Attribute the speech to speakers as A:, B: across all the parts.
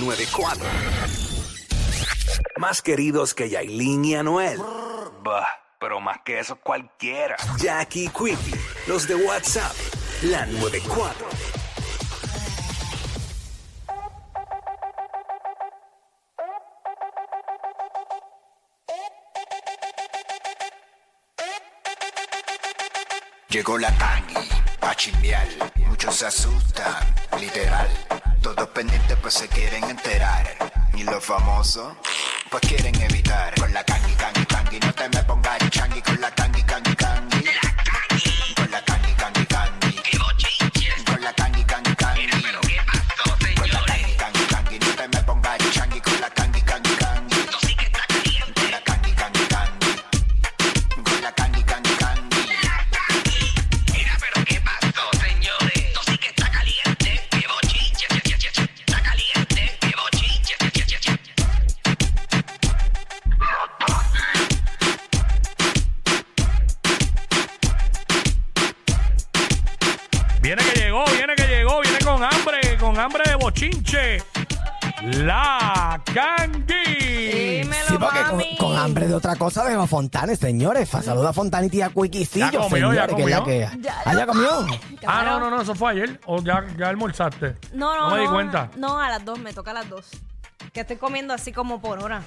A: 94. Más queridos que Yailin y Anuel.
B: Bah, pero más que eso cualquiera.
A: Jackie Quickie, los de WhatsApp, la 94.
C: Llegó la tangi pa' chimbiar, muchos se asustan, literal. Todos pendientes pues se quieren enterar, y los famosos pues quieren evitar. Con la tangi, tangi, tangi, no te me pongas el changi, con la tangi, tangi, tangi. Con la tangi, tangi, tangi. Con la tangi, tangi, tangi. Con la tangi, tangi, tangi, no te me pongas el changi, con la tangi, tangi, tangi. Con la tangi, tangi, tangi. Con la tangi, tangi, tangi.
D: Mira, pero qué pasó, señores. Esto sí que está caliente. Qué bochinche, che, che, che, che. Está caliente. Qué bochinche, che, che, che, che.
E: Viene que llegó, viene que llegó, viene con hambre, con hambre de bochinche. La Candy.
F: Dímelo,
G: Sí, porque con,
F: mami.
G: con hambre de otra cosa beba Fontanes, señores. Fa- Saluda a Fontanes y a Cuiquicillo,
E: Ya comió, ya
G: señores, que es la
E: comió.
G: que...
F: Ya
G: Ah,
F: lo-
G: ya comió.
E: Ah,
F: Claro.
E: no, no, no, eso fue ayer. O ya, ya almorzaste.
F: No, no,
E: me di
F: no,
E: cuenta.
F: No, a las dos, me toca a las dos. Que estoy comiendo así como por hora.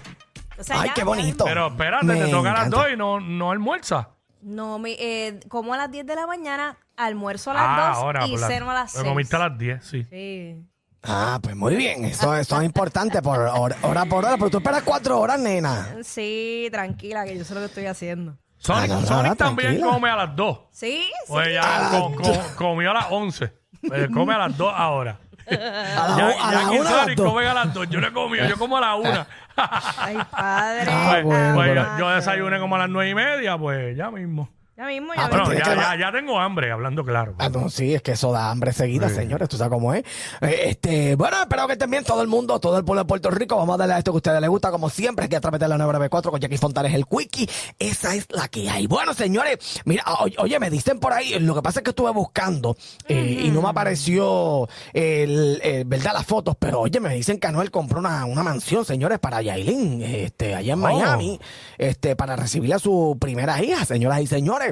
F: O sea,
G: Ay,
F: ya-
G: qué bonito.
E: Pero espérate,
G: Me
E: te toca a las
G: encanta.
E: dos y no, no almuerza.
F: No, me, eh, como a las 10 de la mañana, almuerzo a las
E: ah,
F: 2
E: ahora.
F: y
E: por la-
F: ceno a las
E: pero
F: 6.
E: comiste a las 10, sí.
F: Sí.
G: Ah, pues muy bien. Eso, eso es importante por hora, hora por hora. Pero tú esperas cuatro horas, nena.
F: Sí, tranquila, que yo sé lo que estoy haciendo.
E: Sonic,
G: no, no,
E: Sonic
G: no,
E: también
G: tranquila.
E: come a las 2.
F: Sí, sí.
E: Pues ya co- co- comió a las 11. Eh, come a las 2 ahora.
G: A la,
E: Ya,
G: a
E: ya
G: la
E: aquí
G: una, a las
E: Sonic
G: dos.
E: come a las 2. Yo no he comido, yo como a las 1.
F: Ay, padre.
G: Ah, bueno,
E: pues
G: pero-
E: yo, yo desayuné como a las 9 y media, pues ya mismo.
F: Ya mismo,
G: Ah,
F: ya
G: pero
E: Bueno,
F: mismo.
G: tienes
E: ya,
G: que-
E: ya, ya tengo hambre, hablando claro.
G: Ah, no, sí, es que eso da hambre seguida, señores, tú sabes cómo es. Eh, este, bueno, espero que estén bien todo el mundo, todo el pueblo de Puerto Rico. Vamos a darle a esto que a ustedes les gusta, como siempre, aquí a través de la 994 con Jackie Fontanes, el Quickie. Esa es la que hay. Bueno, señores, mira, o- oye, me dicen por ahí, lo que pasa es que estuve buscando eh, y no me apareció, el, el- ¿verdad? Las fotos, pero oye, me dicen que Anuel compró una, una mansión, señores, para Yailin, este, allá en
E: Oh.
G: Miami, este, para recibir a su primera hija, señoras y señores.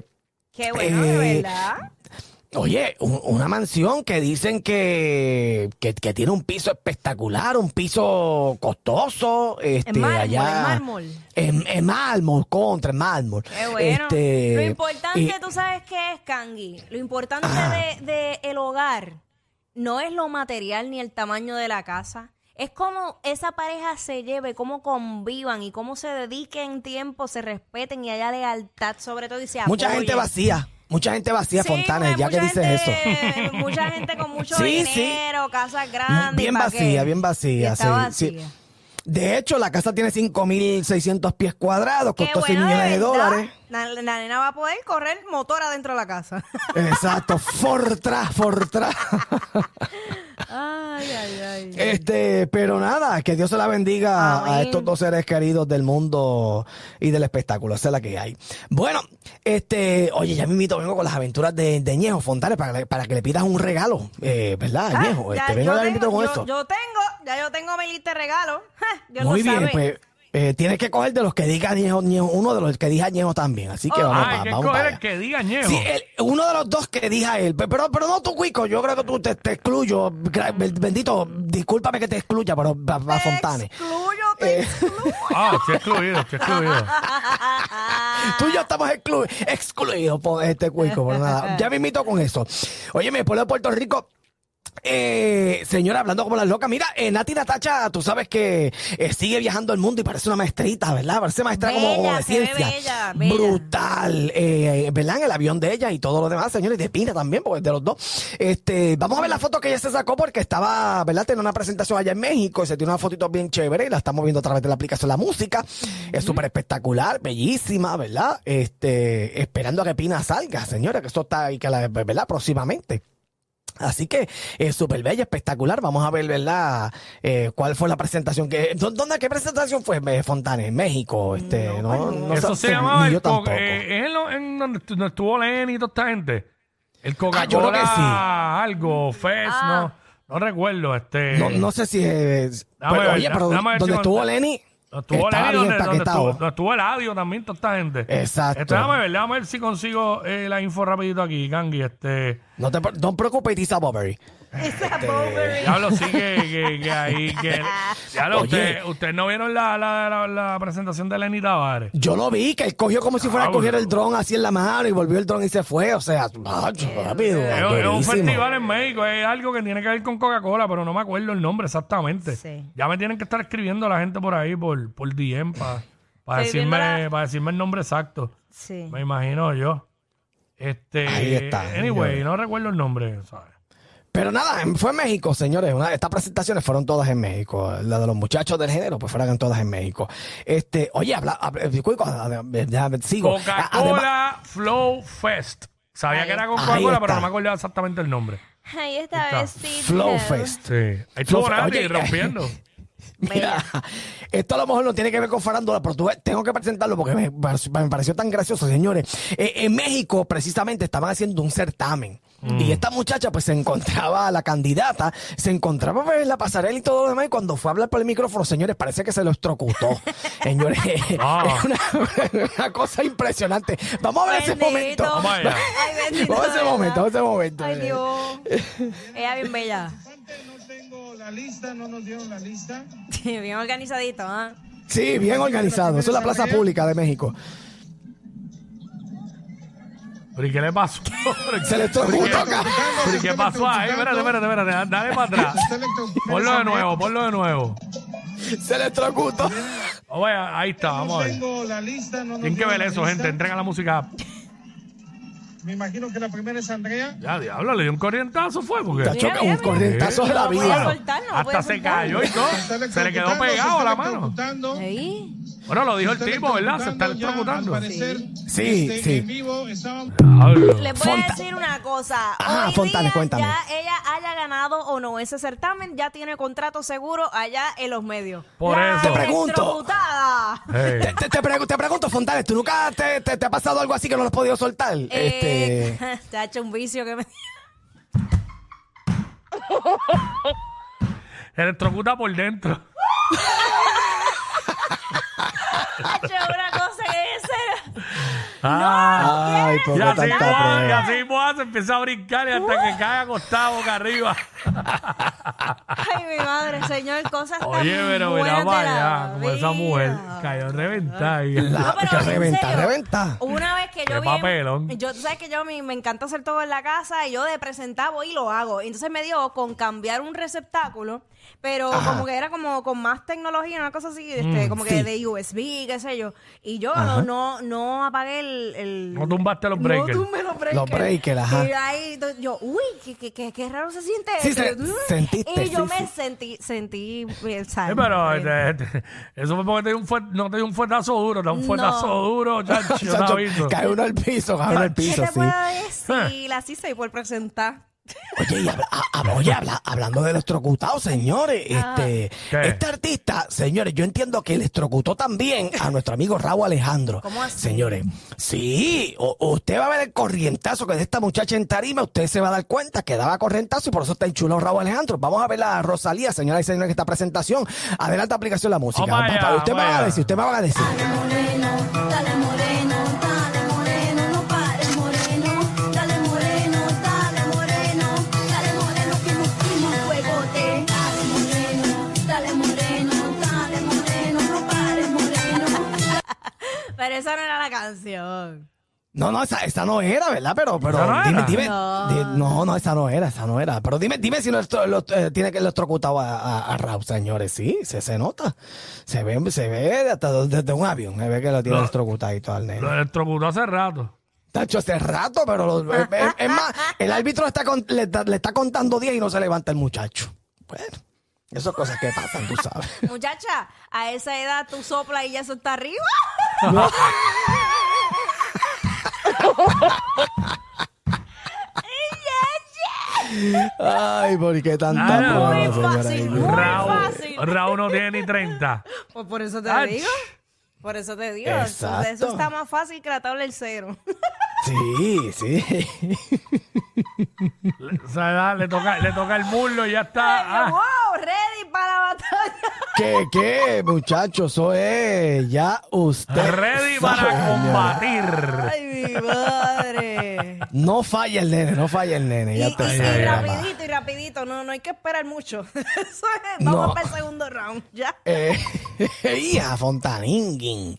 F: Qué bueno, de
G: Eh,
F: verdad.
G: Oye, un- una mansión que dicen que, que, que tiene un piso espectacular, un piso costoso, este,
F: En mármol,
G: allá.
F: en mármol.
G: En, en mármol, contra, en mármol.
F: Qué bueno.
G: Este,
F: lo importante,
G: y-
F: tú sabes qué es, Kangi. Lo importante de, de el hogar no es lo material ni el tamaño de la casa. Es cómo esa pareja se lleve, cómo convivan y cómo se dediquen tiempo, se respeten y haya lealtad sobre todo y se
G: mucha
F: apoyen.
G: gente vacía, mucha gente vacía,
F: Sí,
G: Fontanes,
F: porque
G: ya que
F: mucha
G: dices eso.
F: gente- Mucha gente con mucho
G: Sí, sí.
F: dinero, casas grandes.
G: Bien
F: ¿pa'
G: vacía,
F: qué?
G: bien vacía,
F: Y está
G: sí,
F: vacía.
G: sí. De hecho, la casa tiene 5.600 pies cuadrados,
F: Qué
G: costó 100
F: bueno,
G: millones de
F: verdad.
G: dólares.
F: La, la nena va a poder correr motor adentro de la casa.
G: Exacto, Fortra, Fortra.
F: ay, ay, ay.
G: Este, pero nada, que Dios se la bendiga
F: Amén.
G: a estos dos seres queridos del mundo y del espectáculo. Esa es la que hay. Bueno, este, oye, ya me invito, vengo con las aventuras de, de Ñejo Fontanes para, para que le pidas un regalo, eh, ¿verdad? a
F: Ah,
G: Ñejo,
F: ya
G: este, vengo
F: yo
G: ya le invito
F: tengo-
G: con
F: yo,
G: eso.
F: yo tengo, ya yo tengo mi lista de regalos. Ja, Dios
G: Muy
F: lo
G: bien,
F: sabe.
G: pues eh, tienes que coger de los que diga Ñejo, Ñejo, uno de los que diga Ñejo también. Así que
F: Oh.
G: vamos,
E: Ay,
G: pa-
E: que
G: vamos
E: coger
G: para
E: el
G: allá.
E: que diga ñejo.
G: Sí, el- uno de los dos que diga él, Pe- pero, pero no tú, Cuico, yo creo que tú te, te excluyo, Gra- bendito, discúlpame que te excluya, pero va va
F: Te
G: Fontanes.
F: excluyo, te
G: Eh,
F: excluyo.
E: Ah, estoy excluido, estoy excluido.
G: Tú y yo estamos exclu- excluidos por este cuico, por nada. Ya me imito con eso. Oye, mi pueblo de Puerto Rico. eh, señora, hablando como las locas, mira, eh, Nati Natacha, tú sabes que eh, sigue viajando el mundo y parece una maestrita, ¿verdad? Parece maestra como- como,
F: Bella,
G: de
F: se ve
G: ciencia.
F: bella, bella.
G: Brutal, eh, ¿verdad? En el avión de ella y todo lo demás, señores, y de Pina también, porque es de los dos. Este, vamos a ver la foto que ella se sacó porque estaba, ¿verdad? Tenía una presentación allá en México y se tiene una fotito bien chévere y la estamos viendo a través de la aplicación La Música. Es súper espectacular, bellísima, ¿verdad? Este, esperando a que Pina salga, señora, que eso está y que la, ¿verdad? Próximamente. Así que es súper bella, espectacular. Vamos a ver, ¿verdad? Eh, ¿Cuál fue la presentación? que ¿dó- ¿Dónde? ¿Qué presentación fue? Eh, Fontanes, en México. Este, no, no
E: Eso
G: sé,
E: se llamaba
G: ni yo
E: el co-
G: tampoco.
E: eh, es en, lo- en donde estu- donde estuvo Lenny y toda esta gente. El
G: Ah, yo creo
E: Coca-Cola,
G: que sí.
E: algo, Fest,
F: Ah.
E: ¿no? No recuerdo, este.
G: No, no sé si es.
E: Dame
G: pero,
E: ver,
G: oye,
E: da-
G: pero
E: dame ver
G: donde
E: si-
G: estuvo Lenny.
E: No estuvo Lenny,
G: estaba bien
E: donde, donde
G: empaquetado.
E: estuvo, donde estuvo el audio también, toda esta gente.
G: Exacto.
E: Este, déjame ver, déjame ver si consigo eh, la info rapidito aquí, Kangi. Este,
G: No te pre- no preocupes, Tisa Bobbery.
F: Esa
G: este,
F: Burberry.
E: diablo, sí que, que, que ahí, que... Diablo,
G: Oye.
E: ustedes ustedes no vieron la, la, la, la presentación de Lenny Tavares.
G: Yo lo vi, que él cogió como si fuera a
E: Diablo.
G: coger el dron así en la mano y volvió el dron y se fue. O sea, macho, rápido.
E: Eh, Es, es un
G: durísimo.
E: festival en México, es algo que tiene que ver con Coca-Cola, pero no me acuerdo el nombre exactamente.
F: Sí.
E: Ya me tienen que estar escribiendo la gente por ahí, por, por DM, para
F: Estoy
E: decirme,
F: viendo la-
E: para decirme el nombre exacto.
F: Sí.
E: Me imagino yo. Este,
G: Ahí está,
E: Anyway,
G: señores.
E: no recuerdo el nombre, ¿sabes?
G: Pero nada, fue en México, señores. Una- estas presentaciones fueron todas en México. La de los muchachos del género, pues fueron todas en México. Este, oye, habla, habla- eh, cuico, adem- ya me- sigo. A- además-
E: Coca-Cola Flow Fest. Sabía que era con
G: ahí
E: Coca-Cola, pero
G: está.
E: no me acordaba exactamente el nombre.
F: Ahí está,
E: Está.
F: vestido.
G: Flow Fest.
E: Sí. Ahí estuvo
G: Flow-
E: Nati
G: oye,
E: rompiendo.
G: Mira, esto a lo mejor no tiene que ver con farándula, pero tuve- tengo que presentarlo porque me, pareció- me pareció tan gracioso, señores. Eh, en México, precisamente, estaban haciendo un certamen. Y esta muchacha, pues, se encontraba, la candidata, se encontraba pues, en la pasarela y todo lo demás. Y cuando fue a hablar por el micrófono, señores, parece que se lo estrocutó. señores,
E: No.
G: es una, una cosa impresionante. Vamos a ver ese
F: Bendito.
G: momento.
E: Vamos allá.
F: Ay, bendito,
G: Vamos a ese
F: ¿verdad?
G: momento, vamos a ese momento.
F: Ay, Dios. Ella bien bella.
H: No tengo la lista, no nos dieron la lista.
F: Bien organizadito, ¿ah?
G: Sí, bien organizado. Eso es la Plaza Pública de México.
E: ¿Pero y qué le pasó? ¿Pero
G: Se le estrocutó acá.
E: y qué pasó ahí? Espérate, espérate, espérate. da- Dale para atrás. Ponlo de nuevo, ponlo de nuevo.
G: Se le estrocutó.
E: Oye, ahí está,
H: No
E: vamos a ver.
H: tengo la lista, no nos
E: Tienen que
H: dieron
E: ver
H: la
E: eso,
H: lista.
E: gente. Entrega la música.
H: Me imagino que la primera es Andrea.
E: Ya, diablo, le dio un corrientazo, fue porque.
G: Tacho,
F: Mira,
G: un
F: mira, mira.
G: corrientazo de la
F: No lo podía
G: vida.
F: soltar, no lo podía
E: Hasta se
F: soltar.
E: cayó y todo.
H: está
E: Se le quedó
H: electrocutando,
E: pegado
H: se
E: la
H: está
E: mano.
H: electrocutando,
F: Ahí.
E: Bueno, lo dijo el
H: se está
E: tipo, ¿verdad? Se está
H: electrocutando ya, al
E: electrocutando.
H: parecer,
G: Sí,
H: este,
G: sí.
H: En vivo estaban
E: Diablo.
F: Les voy
G: Fonta-
F: a decir una cosa.
G: Ajá,
F: Hoy
G: Fontane,
F: día,
G: cuéntame.
F: ya ella haya ganado o no ese certamen, ya tiene contrato seguro allá en los medios.
E: Por
F: La
E: eso. Te
G: pregunto.
F: electrocutada.
E: Hey.
G: Te, te- te pregu- te pregunto, Fontanes, ¿tú nunca te, te- te ha pasado algo así que no lo has podido soltar?
F: Eh,
G: Este,
F: Te ha hecho un vicio que me...
E: Electrocuta por dentro.
F: Ha hecho una cosa que es...
G: ay,
E: Y
G: poco
E: así,
G: tanta
E: Moa, y
G: prueba.
E: así Moa se empieza a brincar y hasta
F: Uh.
E: que cae acostado boca arriba.
F: Ay, mi madre, señor, cosas tan
E: Oye, pero
F: buenas
E: mira
F: de
E: para
F: la
E: allá, como esa
F: vida.
E: mujer cayó reventada. ahí.
G: La-
F: No, pero
G: que
F: en
G: reventa,
F: serio,
G: reventa.
F: Una vez que
E: Qué
F: yo vi.
E: papelón.
F: Yo, tú sabes que yo me, me encanta hacer todo en la casa y yo de presentar voy y lo hago. Y Entonces me dio con cambiar un receptáculo, pero
G: Ajá.
F: como que era como con más tecnología, una cosa así, este,
E: Mm,
F: como
G: sí.
F: que de USB, qué sé yo. Y yo no, no, no apagué el, el-
E: No tumbaste los breakers.
F: No tumbé los breakers.
G: Los breakers, ajá.
F: Y ahí do- yo, uy, qué, qué, qué, qué raro se siente.
G: Sí,
F: esto.
G: se-
F: Mm.
G: sentiste,
F: Y yo
G: sí,
F: me
G: sí.
F: sentí, sentí, eh,
E: Sí,
F: sal-
E: pero este,
F: eh,
E: este, eso fue porque te dio un fuert- no te dio un fuetazo duro, te dio un
F: No.
E: fuetazo duro, chacho, yo te
G: Chacho,
E: aviso.
G: Cae uno al piso, cae uno al
F: ¿Qué
G: piso,
F: te
G: sí. Ah.
F: puedo decir? Así se por presentar.
G: Oye, y habla- a- a- oye, habla- hablando de electrocutados, señores,
F: Ah.
G: este,
E: ¿Qué?
G: este artista, señores, yo entiendo que electrocutó también a nuestro amigo Raúl Alejandro.
F: ¿Cómo así?
G: Señores, sí, o- usted va a ver el corrientazo que de esta muchacha en tarima, usted se va a dar cuenta que daba corrientazo y por eso está enchulado Raúl Alejandro. Vamos a ver a Rosalía, señora y señores, esta presentación. Adelante, aplicación la música.
E: Vamos allá,
G: Papá, usted me
E: vamos
G: va a
E: allá.
G: decir, usted me va a decir.
I: Dale morena, dale morena, dale moreno, no pares moreno, dale moreno, dale moreno, dale moreno, que nos fuimos al fuegote. Dale moreno, dale moreno, dale moreno, no pares moreno.
F: Pero esa no era la canción.
G: No, no, esa, esa no era, ¿verdad? Pero, pero
E: ¿Esa no
G: dime,
E: era?
G: dime. di-
F: No.
G: No. no, esa no era, esa no era. Pero dime, dime si lo, estro- lo- eh, tiene que lo electrocutado a, a, a Raúl, señores. Sí, se, se nota. Se ve, se ve hasta do- desde un avión. Se ve que lo tiene
E: Lo-
G: electrocutadito al
E: Lo
G: nene.
E: electrocutó hace rato.
G: Tacho, hace rato, pero lo- es, es- es más, el árbitro está con- le, está- le está contando 10 y no se levanta el muchacho. Bueno, esas cosas que pasan, tú sabes.
F: Muchacha, a esa edad tú soplas y ya eso está arriba.
G: Ay, ¿por qué tanta
E: Ah, no.
G: broma,
E: Muy
G: señora?
F: fácil,
G: Ay,
F: Muy
E: Raúl,
F: fácil.
E: Raúl no tiene ni 30.
F: Pues por eso te
E: Ach.
F: digo. Por eso te digo.
G: Exacto.
F: Eso está más fácil que la tabla del cero.
G: Sí, sí.
E: Le, o sea, da- le toca, le toca el muslo y ya está. Ah,
F: ¡Wow! Ready para la batalla.
G: ¿Qué, qué, muchachos? Eso es ya usted.
E: ready
G: sabe,
E: para
G: señores.
E: combatir.
F: Ay, mi madre.
G: No falla el nene, no falla el nene.
F: Y,
G: Ya
F: y-
G: te
F: y
G: digo, papá.
F: rapidito, y rapidito, no, no hay que esperar mucho. Eso es, vamos
G: No.
F: para el segundo round, ya.
G: Eh, hija, Fontaninguin.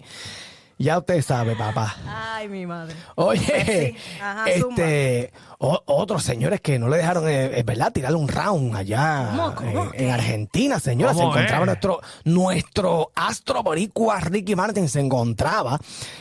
G: Ya usted sabe, papá.
F: Ay, mi madre.
G: Oye,
F: Pues Sí, ajá,
G: este, o- otros señores que no le dejaron, eh, es verdad, tirar un round allá eh, en, Argentina, señora. Se
E: ¿Cómo
G: encontraba
E: es?
G: nuestro, nuestro astro boricua Ricky Martin, se encontraba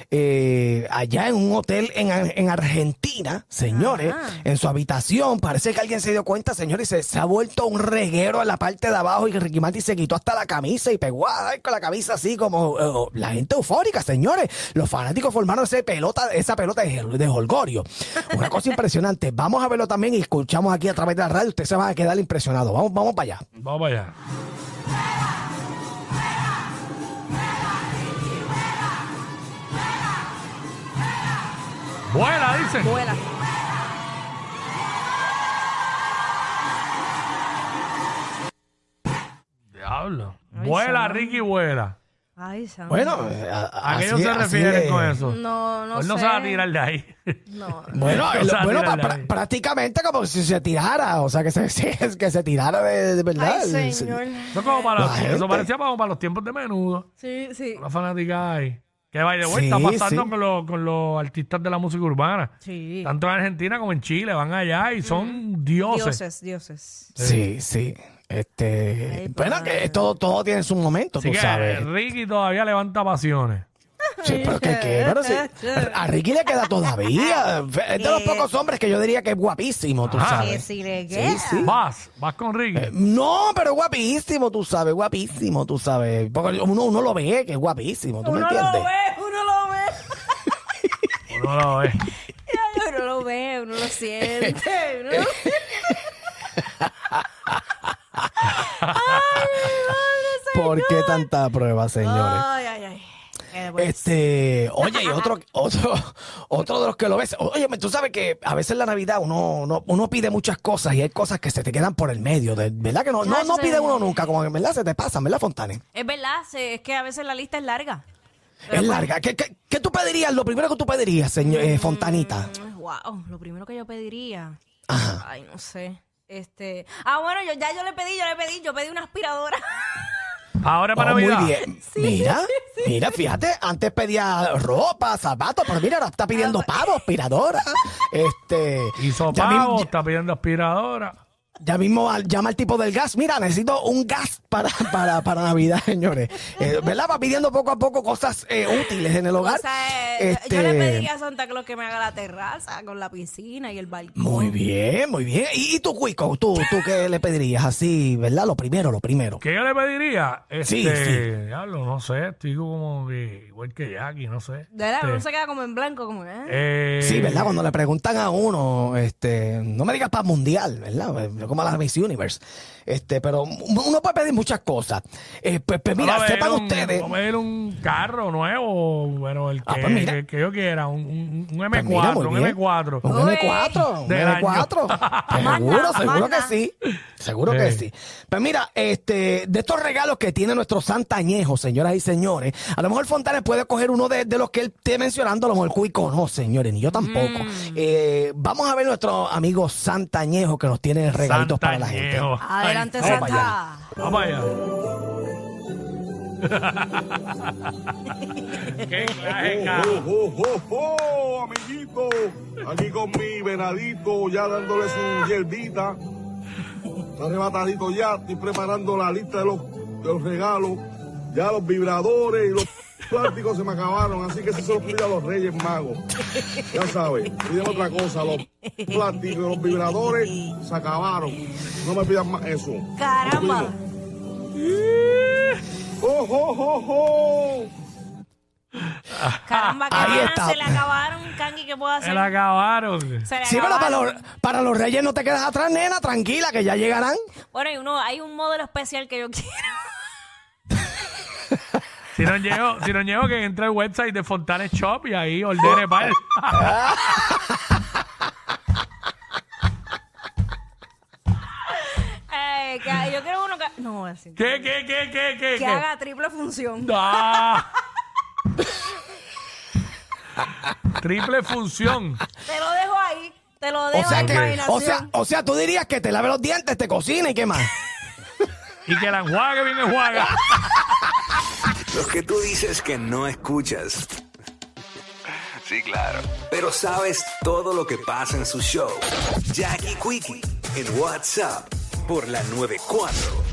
G: eh, allá en un hotel en, Ar- en Argentina, señores, en su habitación. Parece que alguien se dio cuenta, señores, y se, se ha vuelto un reguero en la parte de abajo y que Ricky Martin se quitó hasta la camisa y pegó a dar con la camisa así como eh, la gente eufórica, señores. Los fanáticos formaron ese pelota, esa pelota de, de holgorio. Una cosa impresionante. Vamos a verlo también y escuchamos aquí a través de la radio. Usted se va a quedar impresionado. Vamos, vamos para allá.
E: Vamos para allá. Vuela, dice.
F: Vuela.
E: Diablo. Vuela, Ricky, vuela.
F: Ay, santo.
G: Bueno, eh, a-
E: ¿A qué
G: así-
E: ellos se
G: así
E: refieren
G: de-
E: con eso?
F: No, no
E: Él
F: sé.
E: Pues no se va a tirar de ahí.
F: No.
G: Bueno,
E: No
G: eh, lo-
E: se va a
G: bueno,
E: tirar
G: pa-
E: de ahí.
G: pra- prácticamente como si se tirara, o sea, que se, se- que se tirara de, de verdad.
F: Ay,
G: El-
F: señor.
E: Eso, como para
G: La
E: los-
G: gente.
E: eso parecía como para los tiempos de menudo.
F: Sí, sí.
E: Una fanática ahí. Que vaya de
G: Sí,
E: vuelta pasando
G: sí.
E: con, los, con los artistas de la música urbana.
F: Sí. Mm.
E: Tanto en Argentina como en Chile. Van allá y son dioses.
F: Dioses, dioses.
G: Sí, sí. Este,
F: Ay,
G: bueno,
F: padre.
G: que todo, todo tiene su momento,
E: Así
G: tú
E: que eh,
G: sabes.
E: Ricky todavía levanta pasiones.
G: Sí, pero que, que- pero sí. A Ricky le queda todavía. Es
F: Eh.
G: de los pocos hombres que yo diría que es guapísimo, tú
E: Ajá.
F: Que
G: sabes.
F: si le queda.
G: Ah.
E: Vas, vas con Ricky.
G: Eh. No, pero guapísimo, tú sabes, guapísimo, tú sabes. Porque uno, uno lo ve, que es guapísimo, ¿tú me
F: Uno
G: entiendes?
F: lo ve, uno lo ve.
E: No lo ves.
F: Ay, uno lo ve, uno lo siente. uno lo-
G: ¿Por qué tanta prueba, señores?
F: Ay, ay, ay. Eh, bueno.
G: Este, oye, y otro, otro, otro de los que lo ves. Oye, tú sabes que a veces en la Navidad uno, uno, uno pide muchas cosas y hay cosas que se te quedan por el medio, de- ¿verdad? Que no, no, no pide uno nunca, como que en verdad se te pasan, ¿verdad, Fontane?
F: Es verdad, se- es que a veces la lista es larga.
G: Es larga. ¿Qué, qué, qué tú pedirías? Lo primero que tú pedirías, señor, eh, Fontanita.
F: Wow, lo primero que yo pediría. Ay, no sé. Este, ah, bueno, yo ya yo le pedí, yo le pedí, yo pedí una aspiradora.
E: Ahora para
G: Oh, muy
E: Navidad.
G: bien. Mira, mira, fíjate, antes pedía ropa, zapatos, pero mira, ahora está pidiendo pavo, aspiradora. Este.
E: Hizo
G: ya mi-
E: pavo,
G: ya-
E: está pidiendo aspiradora.
G: Ya mismo al- llama al tipo del gas. Mira, necesito un gas para, para, para Navidad, señores. Eh, ¿Verdad? Va pidiendo poco a poco cosas eh, útiles en el hogar.
F: O sea, eh, yo- yo le
G: Este,
F: pediría a Santa Claus que me haga la terraza con la piscina y el balcón.
G: Muy bien, muy bien. ¿Y, y tú, Cuico? ¿Tú, ¿Tú qué le pedirías? Así, ¿verdad? Lo primero, lo primero.
E: ¿Qué yo le pediría? Este,
G: Sí, sí.
E: diablo, no sé, estoy como que igual que Jackie, no sé.
F: De verdad,
E: Este,
F: uno se queda como en blanco, como, ¿eh?
E: eh,
G: Sí, ¿verdad? Cuando le preguntan a uno, este, no me digas para mundial, ¿verdad? Como a la Miss Universe. Este, pero uno puede pedir muchas cosas. Eh, pues, pues
E: Vamos a
G: mira,
E: pedir
G: sepan
E: un-
G: ustedes.
E: Vamos a pedir un carro nuevo, bueno, el que,
G: Ah, pues mira.
E: el que yo quiera, un, un- un
G: Pues
E: M4,
G: mira, muy
E: un
G: bien.
E: M4.
G: Un
F: Uy.
G: M4, un
E: Del año.
G: M4. Seguro,
F: Magna,
G: seguro que
F: magna.
G: sí. Seguro que
E: Sí.
G: sí. Pues mira, este, de estos regalos que tiene nuestro santañejo, señoras y señores, a lo mejor Fontanes puede coger uno de, de los que él esté mencionando, a lo mejor Cuico no, señores, ni yo tampoco. Eh, vamos a ver nuestro amigo santañejo que nos tiene regalitos para la gente.
E: Santañejo. Ay,
F: Adelante,
E: vamos
G: pa'
F: Santa.
E: pa' Vamos allá. Qué clase, cara.
H: ¡Oh, oh, oh, amiguito! Aquí con mi venadito, ya dándole su hierbita. Está arrebatadito ya, estoy preparando la lista de los, de los regalos. Ya los vibradores y los plásticos se me acabaron, así que eso se los pido a los Reyes Magos. Ya sabes, piden otra cosa, los plásticos y los vibradores se acabaron. No me pidan más eso.
F: Caramba.
H: ¡Oh, oh, oh, oh!
F: Caramba,
G: Ahí
F: caramba,
G: está.
F: se le acabaron, Kangi, ¿qué puedo
E: Se
F: hacer?
E: la acabaron.
F: Se le
G: Sí, pero para
F: acabaron.
G: los, para los reyes no te quedas atrás, nena, tranquila, que ya llegarán.
F: Bueno, hay, uno, hay un modelo especial que yo quiero.
E: Si no llego, si no llego que entre al website de Fontanes Shop y ahí ordene para
F: Eh, No, así. Que,
E: ¿Qué, qué, qué, qué, qué? qué?
F: haga triple función.
E: Ah. Triple función.
F: Te lo dejo ahí. Te lo
G: O
F: dejo
G: sea,
F: ahí,
G: que,
F: imaginación.
G: o, sea, o sea, tú dirías que te lave los dientes, te cocina y qué más.
E: Y que la enjuague bien enjuaga.
A: Los que tú dices que no escuchas,
B: Sí, claro.
A: pero sabes todo lo que pasa en su show. Jackie Quickie en WhatsApp por la 94.